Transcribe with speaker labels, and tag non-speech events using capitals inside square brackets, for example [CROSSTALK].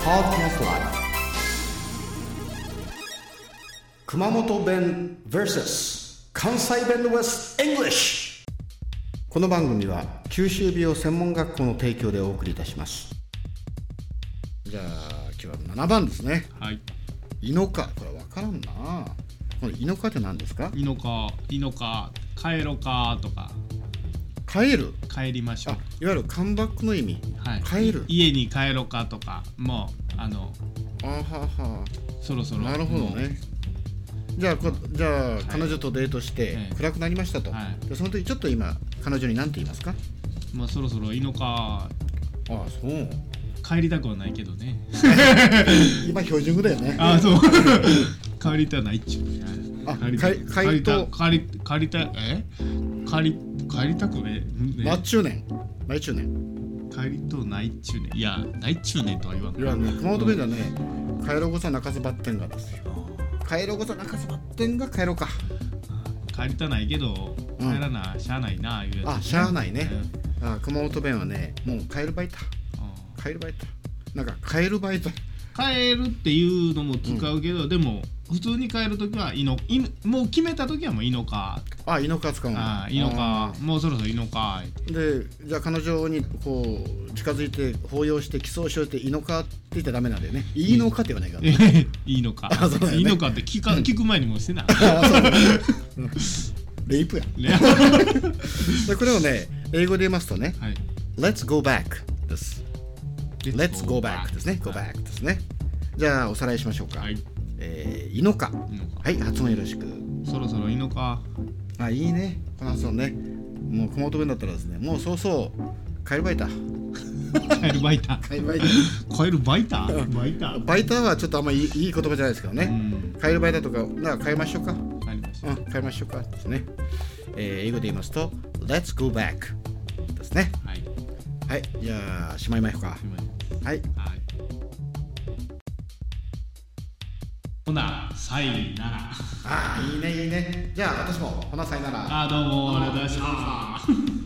Speaker 1: Podcast Live 熊本弁 vs 関西弁 vs English この番組は九州美容専門学校の提供でお送りいたしますじゃあ今日は7番ですね
Speaker 2: はい、
Speaker 1: イノカこれ分からんなこのイノカって何ですか
Speaker 2: いのか、いのか、帰ろかとか、
Speaker 1: 帰る
Speaker 2: 帰りまし
Speaker 1: あ
Speaker 2: ょう。
Speaker 1: いわゆるカムバックの意味
Speaker 2: はい、
Speaker 1: 帰る
Speaker 2: 家に帰ろかとか、もう、あの、
Speaker 1: あはは
Speaker 2: そろそろ。
Speaker 1: なるほどね。じゃあこじゃあ、彼女とデートして
Speaker 2: はい
Speaker 1: 暗くなりましたと、
Speaker 2: はい
Speaker 1: でその時ちょっと今彼女に何て言いますか
Speaker 2: もうまあ、そろそろいのか、
Speaker 1: ああそう
Speaker 2: 帰りたくはないけど
Speaker 1: [LAUGHS]
Speaker 2: ね。
Speaker 1: 今標準語だよね
Speaker 2: あ、そう。 [LAUGHS] 帰りたないっちゅう。
Speaker 1: あ
Speaker 2: 帰りた
Speaker 1: 帰帰
Speaker 2: 帰りた
Speaker 1: と
Speaker 2: 帰り帰りたえ帰り帰りたくねね
Speaker 1: 真中年真中年
Speaker 2: 帰りとうないっちゅうねいやないっちゅうねとは言わん
Speaker 1: いやね熊本弁ではね「帰ろうこそ中洲バッテンが」ですよ帰ろうこそ中洲バッテンが帰ろうか
Speaker 2: 帰りたないけど帰
Speaker 1: うん
Speaker 2: らなしゃあないないうやつね
Speaker 1: あしゃあないね
Speaker 2: うん
Speaker 1: あ熊本弁はねもう帰るバイタ
Speaker 2: うん
Speaker 1: 帰るバイタなんか帰るバイタ
Speaker 2: 帰るっていうのも使うけど、でも普通に帰る時はいのいもう決めた時はもういのか
Speaker 1: あ井の頭使うの
Speaker 2: あいのかもうそろそろいの
Speaker 1: [LAUGHS]
Speaker 2: かって
Speaker 1: でじゃあ彼女にこう近づいて抱擁してキスをしようって「いのか」って言ったらダメなんだよね「いいのか」って言わないから、ね、
Speaker 2: えへへいいのか
Speaker 1: あそうだよね
Speaker 2: いいのかって聞か聞く前にもうして
Speaker 1: [LAUGHS]
Speaker 2: な
Speaker 1: レイプや
Speaker 2: ねは
Speaker 1: でこれをね英語で言いますとね「
Speaker 2: い
Speaker 1: Let's go back」です「Let's go back」ですね「go
Speaker 2: はい
Speaker 1: back」ですねじゃあおさらいしましょうか「
Speaker 2: はいい
Speaker 1: えーいのか」
Speaker 2: いのか
Speaker 1: はい発音よろしく
Speaker 2: そろそろいいのか
Speaker 1: あいいねこの発音ねもう熊本弁だったらですねもうそうそう帰るバイタ
Speaker 2: 帰るバイタ
Speaker 1: 帰るバイタ
Speaker 2: 帰るバイタバイタ
Speaker 1: バイタはちょっとあんまいいいい言葉じゃないですけど
Speaker 2: う
Speaker 1: ね、
Speaker 2: ん
Speaker 1: 帰るバイタとかなんか帰りましょうか
Speaker 2: 帰りました
Speaker 1: うん、変えましょうかですね、えー英語で言いますと Let's go back ですね
Speaker 2: はい
Speaker 1: はいじゃあしまいましょうか
Speaker 2: すいません
Speaker 1: はい
Speaker 2: はいほなさいなら
Speaker 1: ああいいねいいねじゃあ私もほなさいなら
Speaker 2: あどうもありがとうございました